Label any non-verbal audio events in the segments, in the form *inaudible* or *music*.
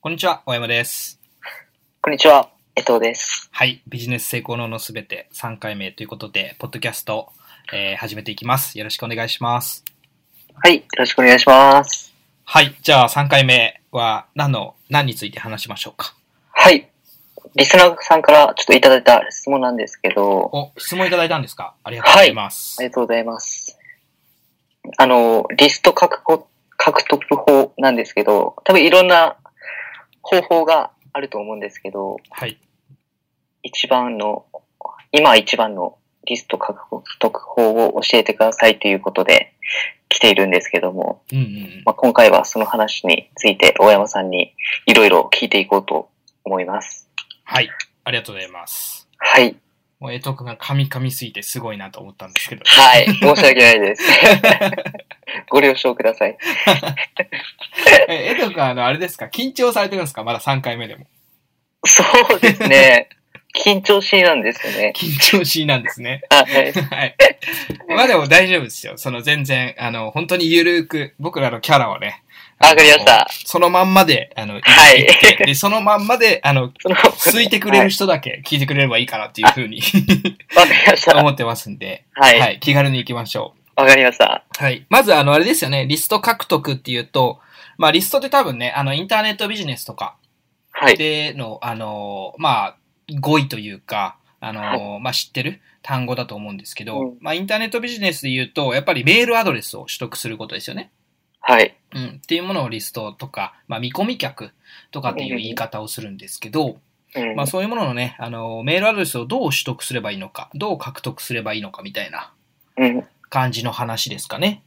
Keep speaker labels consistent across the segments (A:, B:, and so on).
A: こんにちは、大山です。
B: こんにちは、江藤です。
A: はい、ビジネス成功のすべて3回目ということで、ポッドキャスト、えー始めていきます。よろしくお願いします。
B: はい、よろしくお願いします。
A: はい、じゃあ3回目は何の、何について話しましょうか。
B: はい、リスナーさんからちょっといただいた質問なんですけど、
A: お、質問いただいたんですかありがとうございます。
B: ありがとうございます。あの、リスト確保、獲得法なんですけど、多分いろんな方法があると思うんですけど、
A: はい、
B: 一番の、今一番のリスト獲得法を教えてくださいということで来ているんですけども、
A: うんうんうん。
B: まあ、今回はその話について大山さんにいろいろ聞いていこうと思います。
A: はい、ありがとうございます。
B: はい。
A: もう江藤くんが噛み噛みすぎてすごいなと思ったんですけ *laughs* ど。
B: はい。 *laughs* 申し訳な
A: *laughs*
B: いです。ご了承ください。
A: え江藤くんはあの、あれですか緊張されてるんですかまだ3回目でも。
B: そうですね。緊張しいなんですよね。
A: 緊張しいなんですね。
B: はい。
A: はい。まあでも大丈夫ですよ。その全然、あの、本当にゆるく、僕らのキャラをね。
B: わかりまし
A: あ
B: た
A: の。そのまんまで、あの、
B: はい
A: 生きてで、そのまんまで、あの、
B: その、
A: すいてくれる人だけ聞いてくれればいいかなっていうふうに
B: わかりました。
A: 思ってますんで、
B: はい。
A: はい、気軽に行きましょ
B: わかりました。
A: う。はい。まず、あの、あれですよね、リスト獲得っていうと、まあ、リストって多分ね、あの、インターネットビジネスとか、
B: はい。
A: での、あの、まあ、語彙というか、あの、
B: は
A: まあ、知ってる単語だと思うんですけど、
B: うん
A: まあ、インターネットビジネスで言うと、やっぱりメールアドレスを取得することですよね。
B: はい。
A: うん、っていうものをリストとか、まあ、見込み客とかっていう言い方をするんですけど、
B: うん
A: まあ、そういうもののね、あの、メールアドレスをどう取得すればいいのか、どう獲得すればいいのかみたいな
B: うん。
A: 感じの話ですかね。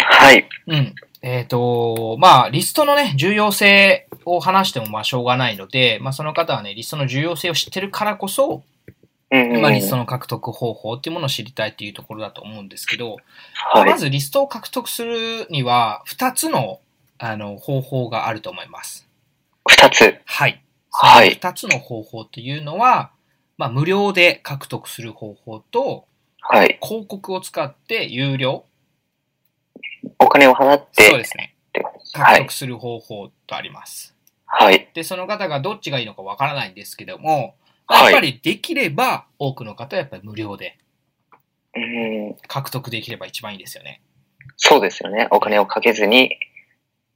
B: はい。
A: うん。えっ、と、まあ、リストのね、重要性を話してもまあしょうがないので、まあ、その方はね、リストの重要性を知ってるからこそ、
B: うん。
A: まあ、リストの獲得方法っていうものを知りたいっていうところだと思うんですけど、まあ
B: は
A: ま
B: い。
A: ずリストを獲得するには、2つの、あの、方法があると思います。
B: 二つ。
A: はい。
B: はい
A: 2つの方法というのは、まあ、無料で獲得する方法と、
B: はい。
A: 広告を使って有料、
B: お金を払って。
A: そうですね、
B: は
A: 獲
B: い
A: 得。する方法とあります。
B: はい。
A: で、その方がどっちがいいのかわからないんですけども、まあや
B: は
A: っ
B: い
A: ぱりできれば、多くの方はやっぱり無料で
B: うん。
A: 獲得できれば一番いいですよね。
B: そうですよね。お金をかけずに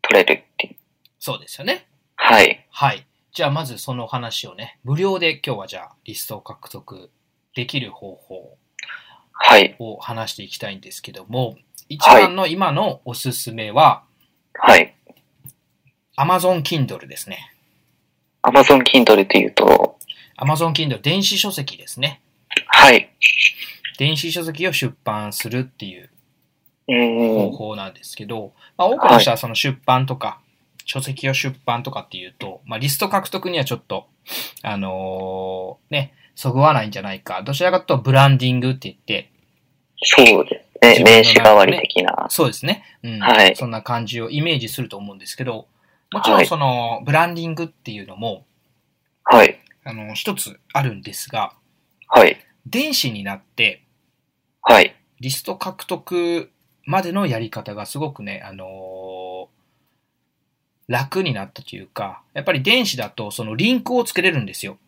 B: 取れるっていう。
A: そうですよね。
B: はい。
A: はい。じゃあまずその話をね、無料で今日はじゃあリストを獲得できる方法
B: はい。
A: を話していきたいんですけども、一番の今のおすすめは、
B: はい。
A: Amazon Kindle ですね。
B: Amazon Kindle というと、
A: Amazon Kindle 電子書籍ですね。
B: はい。
A: 電子書籍を出版するっていう
B: う
A: 方
B: ん。
A: 法なんですけど、まあ、多くの人はその出版とか、書籍を出版とかっていうと、まあ、リスト獲得にはちょっと、あのーね、そぐわないんじゃないか。どちらかというとブランディングって言って、
B: そうですね。名刺代わり的な。
A: そうですね。うん。
B: はい
A: そんな感じをイメージすると思うんですけど、もちろんその、ブランディングっていうのも、
B: はい。
A: あの、一つあるんですが、
B: はい。
A: 電子になって、
B: はい。
A: リスト獲得までのやり方がすごくね、あのー楽になったというか、やっぱり電子だとそのリンクをつけれるんですよ。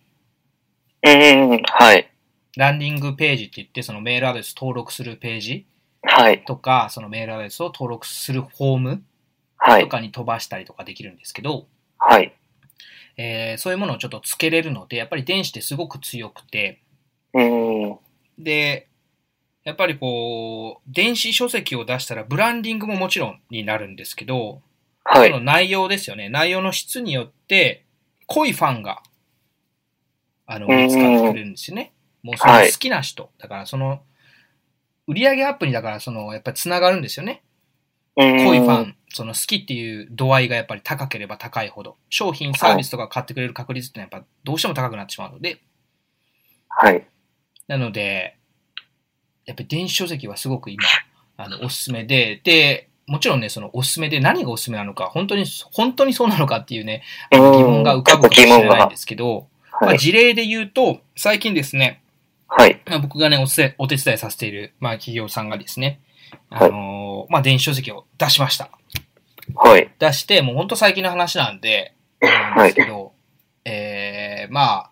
B: うん。はい。
A: ランディングページって言って、そのメールアドレス登録するページ
B: はい。
A: とか、そのメールアドレスを登録するフォーム
B: は
A: と
B: い。
A: かに飛ばしたりとかできるんですけど、
B: はい。
A: えーそういうものをちょっとつけれるので、やっぱり電子ってすごく強くて、
B: うん。
A: で、やっぱりこう、電子書籍を出したらブランディングももちろんになるんですけど、
B: は
A: その
B: い。
A: 内容ですよね。内容の質によって、濃いファンが、あの、
B: うん
A: 見つかってくれるんですよね。もうその
B: はい
A: 好きな人。だからその、売上アップにだからその、やっぱり繋がるんですよね。濃いファ
B: ン。
A: ン、その好きっていう度合いがやっぱり高ければ高いほど、商品サービスとか買ってくれる確率ってのはやっぱどうしても高くなってしまうので、
B: はい。
A: なので、やっぱり電子書籍はすごく今、あの、おすすめで、で、もちろんね、そのおすすめで何がおすすめなのか、本当に、本当にそうなのかっていうね、
B: 疑
A: 疑問が浮かぶかもしれないんですけど、ま
B: は
A: あ、
B: い。
A: 事例で言うと、最近ですね、
B: はい。
A: まあ、僕がねおせ、お手伝いさせている、まあ、企業さんがですね、あ
B: はい
A: のーまあ、電子書籍を出しました。
B: はい。
A: 出して、もう本当最近の話なんで、なんですけど、えー、まあ、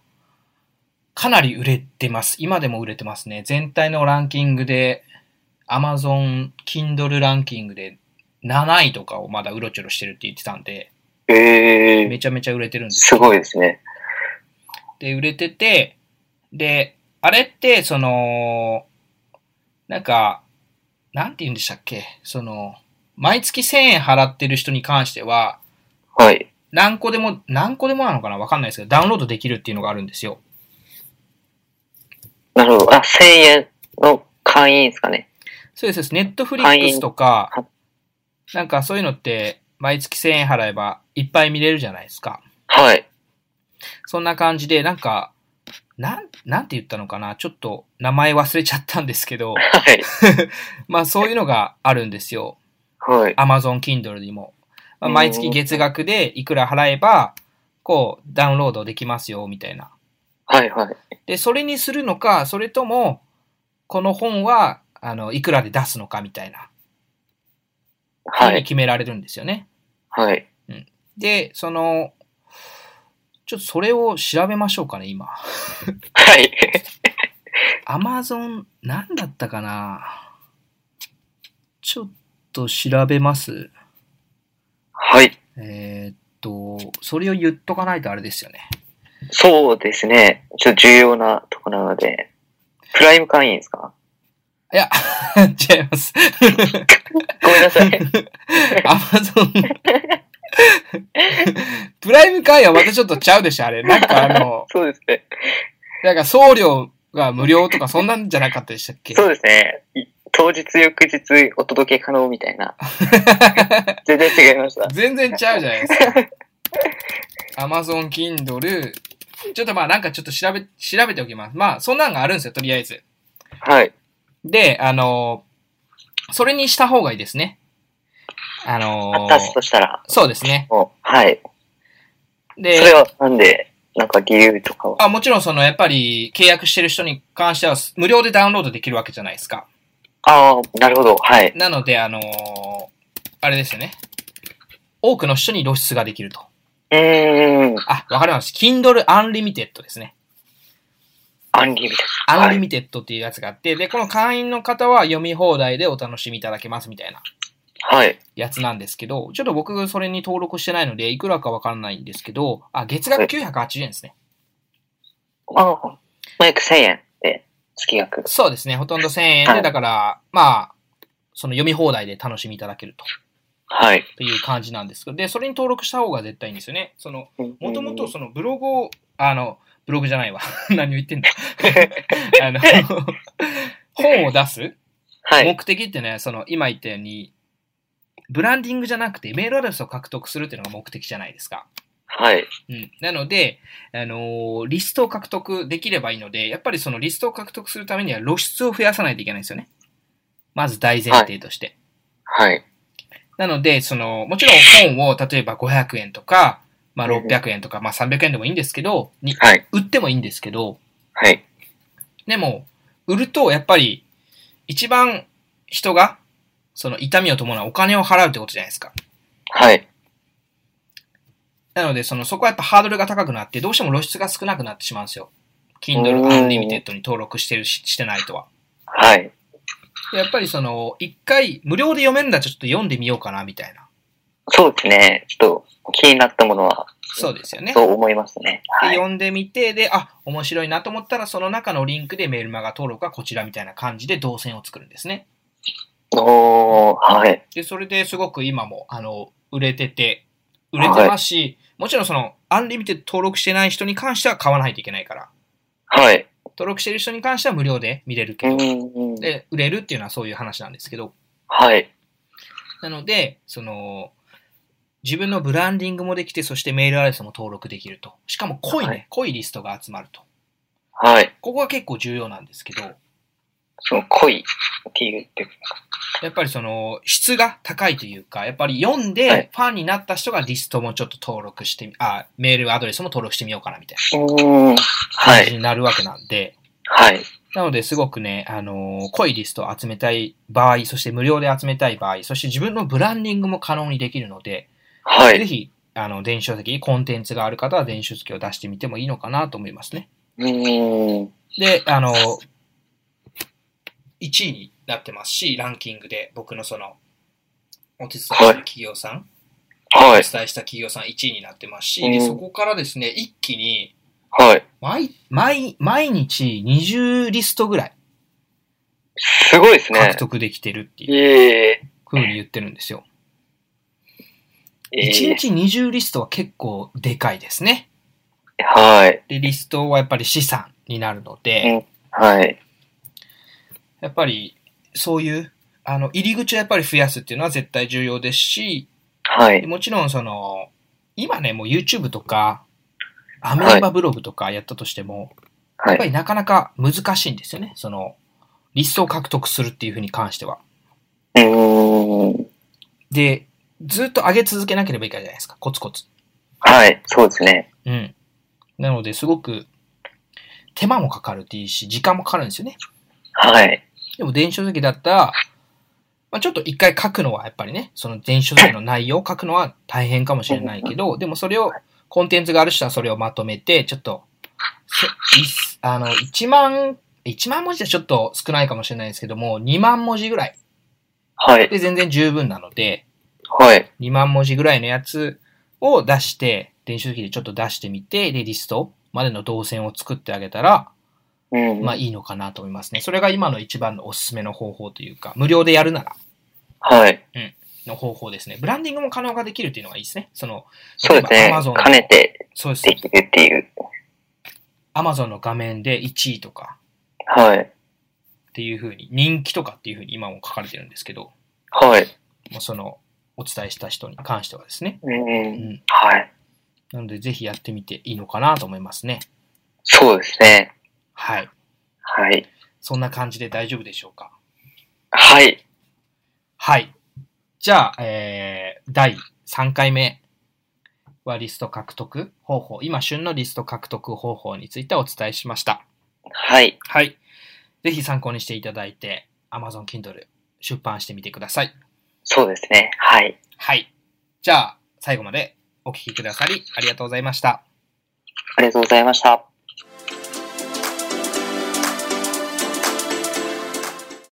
A: かなり売れてます。今でも売れてますね。全体のランキングで、Amazon Kindle ランキングで7位とかをまだうろちょろしてるって言ってたんで、
B: ええ
A: めちゃめちゃ売れてるんです
B: すごいですね。
A: で、売れてて、で、あれって、その、なんか、なんて言うんでしたっけその、毎月1000円払ってる人に関しては、
B: はい。
A: 何個でも、何個でもなのかなわかんないですけど、ダウンロードできるっていうのがあるんですよ。
B: なるほど。あ、1000円の会員ですかね。
A: そうです。ネットフリックスとか
B: は、
A: なんかそういうのって、毎月1000円払えばいっぱい見れるじゃないですか。
B: はい。
A: そんな感じで、なんか、なん、なんて言ったのかなちょっと名前忘れちゃったんですけど、
B: はい。
A: まあそういうのがあるんですよ。
B: はい。
A: Amazon Kindle にも。まあ
B: うん
A: 毎月月額でいくら払えば、こう、ダウンロードできますよ、みたいな。
B: はい。はい。
A: で、それにするのか、それとも、この本は、あの、いくらで出すのか、みたいな。
B: は
A: に
B: い。
A: 決められるんですよね。
B: はい。
A: で、その、ちょっとそれを調べましょうかね、今。
B: はい。
A: Amazon、なんだったかなちょっと調べます。
B: はい。
A: えーっと、それを言っとかないとあれですよね。 *laughs*
B: そうですね。ちょっと重要なとこなので。プライム会員ですか
A: いや、違います。
B: ごめんなさい。
A: アマゾン。プライム会員はまたちょっとちゃうでしょ、あれ。なんかあの、
B: そうですね。
A: なんか送料が無料とかそんなんじゃなかったでしたっけ
B: そうですね。い当日翌日お届け可能みたいな。全然違いました。
A: 全然ちゃうじゃないですか。アマゾン、キンドル。ちょっとまあなんかちょっと調べ、調べておきます。まあそんなんがあるんですよ、とりあえず。
B: はい。
A: で、あの、それにした方がいいですね。あ
B: あ
A: の
B: っ、たすとしたら。
A: そうですね。
B: もうはい。
A: で、
B: それはなんで、なんか理由とかは。
A: あもちろんその、やっぱり契約してる人に関しては無料でダウンロードできるわけじゃないですか。
B: ああ、なるほど。はい。
A: なので、あのーあれですよね。多くの人に露出ができると。
B: うーん。
A: あ、わかりました。Kindle Unlimited ですね。
B: アンリミテッド。はい
A: Unlimited っていうやつがあって、で、この会員の方は読み放題でお楽しみいただけますみたいな
B: はい。
A: やつなんですけど、ちょっと僕それに登録してないので、いくらかわかんないんですけど、あ、月額980円ですね。
B: ああ。マイク1000円で、月額。
A: そうですね。ほとんど1000円
B: は
A: で、
B: い
A: だから、まあ、その読み放題で楽しみいただけると。
B: はい。
A: という感じなんですけど、で、それに登録した方が絶対いいんですよね。その、もともと
B: うん
A: そのブログを、あの、ブログじゃないわ。 *laughs* 何を言って
B: *laughs*
A: んだ。あの、 *laughs* 本を出す
B: *laughs* はい。
A: 目的ってね、その、今言ったように、ブランディングじゃなくて、メールアドレスを獲得するっていうのが目的じゃないですか。
B: はい。
A: うん。なので、あのーリストを獲得できればいいので、やっぱりそのリストを獲得するためには露出を増やさないといけないんですよね。まず大前提として。
B: はい。
A: なので、その、もちろん本を、例えば500円とか、まあ
B: うんうん
A: 600円とか、まあ300円でもいいんですけど、に、
B: はい。
A: 売ってもいいんですけど、
B: はい。
A: でも、売ると、やっぱり、一番人が、その痛みを伴うお金を払うってことじゃないですか。
B: はい。
A: なので、その、そこはやっぱハードルが高くなって、どうしても露出が少なくなってしまうんですよ。Kindle
B: おー
A: Unlimited に登録してるし、してないとは。
B: はい。
A: でやっぱりその、一回、無料で読めるんだちょっと読んでみようかな、みたいな。
B: そうですね。ちょっと気になったものは、
A: そうですよね。
B: そう思いますね。
A: で、
B: はい。
A: 読んでみて、で、あ、面白いなと思ったら、その中のリンクでメールマガ登録はこちらみたいな感じで動線を作るんですね。
B: おー、はい。
A: で、それですごく今も、あの、売れてて、売れてますし、もちろんその、アンリミテッド登録してない人に関しては買わないといけないから、
B: はい。
A: 登録してる人に関しては無料で見れる
B: う
A: けど、
B: ん。
A: で、売れるっていうのはそういう話なんですけど、
B: はい。
A: なので、その、自分のブランディングもできて、そしてメールアドレスも登録できると。しかも濃いね、
B: はい
A: 濃いリストが集まると。
B: はい。
A: ここが結構重要なんですけど、
B: その恋っていうってこ
A: やっぱりその質が高いというか、やっぱり読ん
B: は
A: で
B: い
A: ファンになった人がリストもちょっと登録してみ、あ、メールアドレスも登録してみようかなみたい
B: と。うー
A: な
B: ん。は
A: 感じ
B: い。
A: になるわけなんで、
B: はい。
A: なのですごくね、あのー濃いリストを集めたい場合、そして無料で集めたい場合、そして自分のブランディングも可能にできるので、
B: は
A: ぜ
B: い。
A: ひ、あの、電子書籍にコンテンツがある方は電子書籍を出してみてもいいのかなと思いますね。
B: うん。
A: で、あの、1位になってますし、ランキングで僕のその、お手伝いした企業さん、
B: は
A: お伝
B: い。
A: えした企業さん1位になってますし、
B: うん
A: でそこからですね、一気に、
B: はい。
A: 毎、毎、毎日20リストぐらい
B: すごいですね
A: 獲。得できてるっていう
B: いえ
A: 風に言ってるんですよ。
B: いえ。
A: 1日20リストは結構でかいですね。
B: はい。
A: で、リストはやっぱり資産になるので、
B: はい。
A: やっぱりそういう、あの、入り口をやっぱり増やすっていうのは絶対重要ですし、
B: はい。
A: もちろんその、今ね、もう YouTube とか、アメーバブログとかやったとしても、
B: は
A: やっぱ
B: い。
A: りなかなか難しいんですよね。その、リストを獲得するっていうふうに関しては。
B: うーん。
A: で、ずっと上げ続けなければいけないじゃないですか。コツコツ。
B: はい。そうですね。
A: うん。なので、すごく、手間もかかるっていいし、時間もかかるんですよね。
B: はい。
A: でも、電子書籍だったら、まあ、ちょっと一回書くのは、やっぱりね、その電子書籍の内容を書くのは大変かもしれないけど、でもそれを、コンテンツがある人はそれをまとめて、ちょっと、せいあの、1万、1万文字はちょっと少ないかもしれないですけども、2万文字ぐらい
B: はい。
A: で全然十分なので、
B: はい。
A: 2万文字ぐらいのやつを出して、電子書籍でちょっと出してみて、で、リストまでの動線を作ってあげたら、
B: うん。
A: まあいいのかなと思いますね。それが今の一番のおすすめの方法というか、無料でやるなら
B: はい。
A: の方法ですね。ブランディングも可能ができるっていうのがいいですね。その、
B: そうです
A: 例え
B: ね
A: ば Amazon。
B: 兼ねて
A: そうです
B: で。きるっていう。
A: Amazon の画面で1位とか
B: はい。
A: っていう風に、人気とかっていう風に今も書かれてるんですけど、
B: はい。
A: もうその、お伝えした人に関してはですね。
B: う。
A: うんん。
B: はい。
A: なので、ぜひやってみていいのかなと思いますね。
B: そうですね。
A: はい。
B: はい。
A: そんな感じで大丈夫でしょうか
B: はい。
A: はい。じゃあ、えー、第3回目はリスト獲得方法。今、旬のリスト獲得方法についてお伝えしました。
B: はい。
A: はい。ぜひ参考にしていただいて、Amazon Kindle 出版してみてください。
B: そうですね。はい。
A: はい。じゃあ、最後までお聞きくださりありがとうございました。
B: ありがとうございました。